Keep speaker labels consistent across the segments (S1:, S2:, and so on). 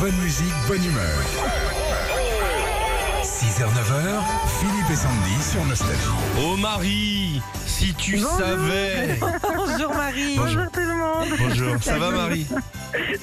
S1: Bonne musique, bonne humeur. 6h, 9h, Philippe et Sandy sur Nostalgie.
S2: Oh Marie, si tu
S3: Bonjour.
S2: savais.
S3: Bonjour Marie.
S2: Bonjour.
S3: Bonjour tout le monde.
S2: Bonjour, ça va Marie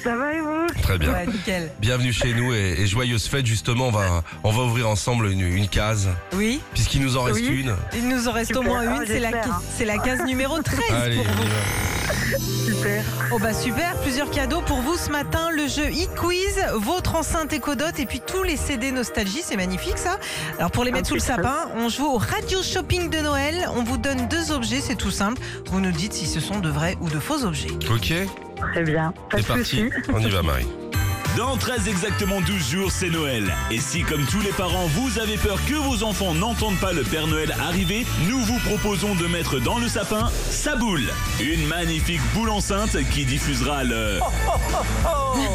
S3: Ça va et vous
S2: Très bien.
S3: Ouais, nickel.
S2: Bienvenue chez nous et, et joyeuse fête justement, on va, on va ouvrir ensemble une, une case,
S4: Oui,
S2: puisqu'il nous en reste
S3: Oui.
S2: une.
S4: il nous en reste au
S3: Super.
S4: moins
S3: Ah,
S4: une, c'est la,
S3: j'espère, hein.
S4: c'est la case numéro 13
S2: Allez,
S4: pour
S2: on y
S4: vous.
S2: va.
S3: Super.
S4: Oh bah super, plusieurs cadeaux pour vous ce matin, le jeu e-quiz, votre enceinte Ecodot et puis tous les CD Nostalgie, c'est magnifique ça. Alors pour les mettre sous le sapin, on joue au Radio Shopping de Noël, on vous donne deux objets, c'est tout simple, vous nous dites si ce sont de vrais ou de faux objets.
S2: Ok,
S3: Très bien. Pas de
S2: c'est parti,
S3: soucis.
S2: on y va Marie.
S5: Dans 13 exactement 12 jours, c'est Noël. Et si, comme tous les parents, vous avez peur que vos enfants n'entendent pas le Père Noël arriver, nous vous proposons de mettre dans le sapin sa boule. Une magnifique boule enceinte qui diffusera le...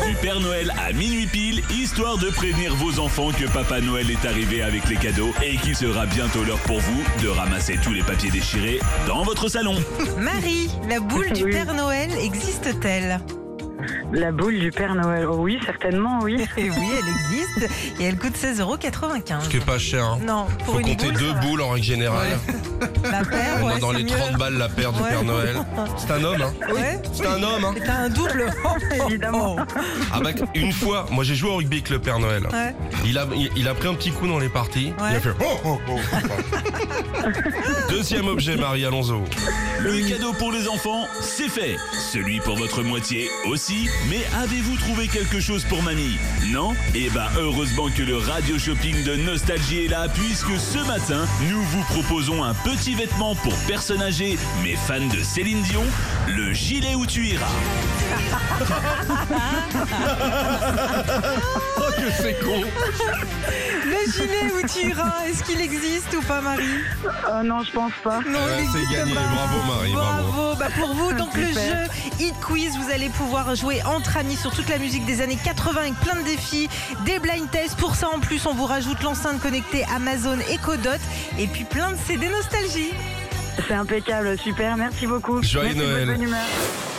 S5: Du Père Noël à minuit pile, histoire de prévenir vos enfants que Papa Noël est arrivé avec les cadeaux et qu'il sera bientôt l'heure pour vous de ramasser tous les papiers déchirés dans votre salon.
S4: Marie, la boule du
S3: Oui.
S4: Père Noël existe-t-elle
S3: La boule du Père Noël. Oh oui, certainement, oui.
S4: Eh oui, elle existe et elle coûte 16,95€.
S2: Ce qui est pas cher, hein.
S4: Non, pour
S2: faut
S4: une
S2: compter
S4: boule,
S2: deux
S4: ça va.
S2: boules en règle générale.
S4: La paire,
S2: On
S4: ouais,
S2: est dans
S4: c'est
S2: les
S4: mieux.
S2: 30 balles la paire du
S4: Ouais.
S2: Père Noël. C'est un homme, hein.
S4: Ouais.
S2: C'est un homme, hein.
S4: Et T'as un double. Oh,
S3: Évidemment.
S2: Ah bah, une fois, moi j'ai joué au rugby avec le Père Noël.
S4: Ouais.
S2: Il a, il, il a pris un petit coup dans les parties. Il a
S4: Ouais.
S2: fait oh, oh, oh. Deuxième objet, Marie, allons-y.
S5: Le cadeau pour les enfants, c'est fait. Celui pour votre moitié aussi. Mais avez-vous trouvé quelque chose pour mamie Non Eh ben heureusement que le radio shopping de Nostalgie est là puisque ce matin, nous vous proposons un petit vêtement pour personnes âgées mais fans de Céline Dion, le gilet ou tu iras.
S2: Oh que c'est con
S4: Le gilet où tu iras, est-ce qu'il existe ou pas, Marie
S3: Oh non, je pense pas.
S4: Non,
S2: Ah,
S4: il
S2: c'est
S4: existe
S2: gagné.
S4: pas.
S2: Bravo, Marie, bravo.
S4: Bah, pour vous, donc le jeu
S3: Super.
S4: Hit Quiz, vous allez pouvoir jouer entre amis sur toute la musique des années 80 avec plein de défis, des blind tests. Pour ça, en plus, on vous rajoute l'enceinte connectée Amazon Echo Dot et puis plein de CD nostalgie.
S3: C'est impeccable. Super. Merci beaucoup.
S2: Joyeux
S3: Merci de votre
S2: Noël.
S3: Bonne humeur.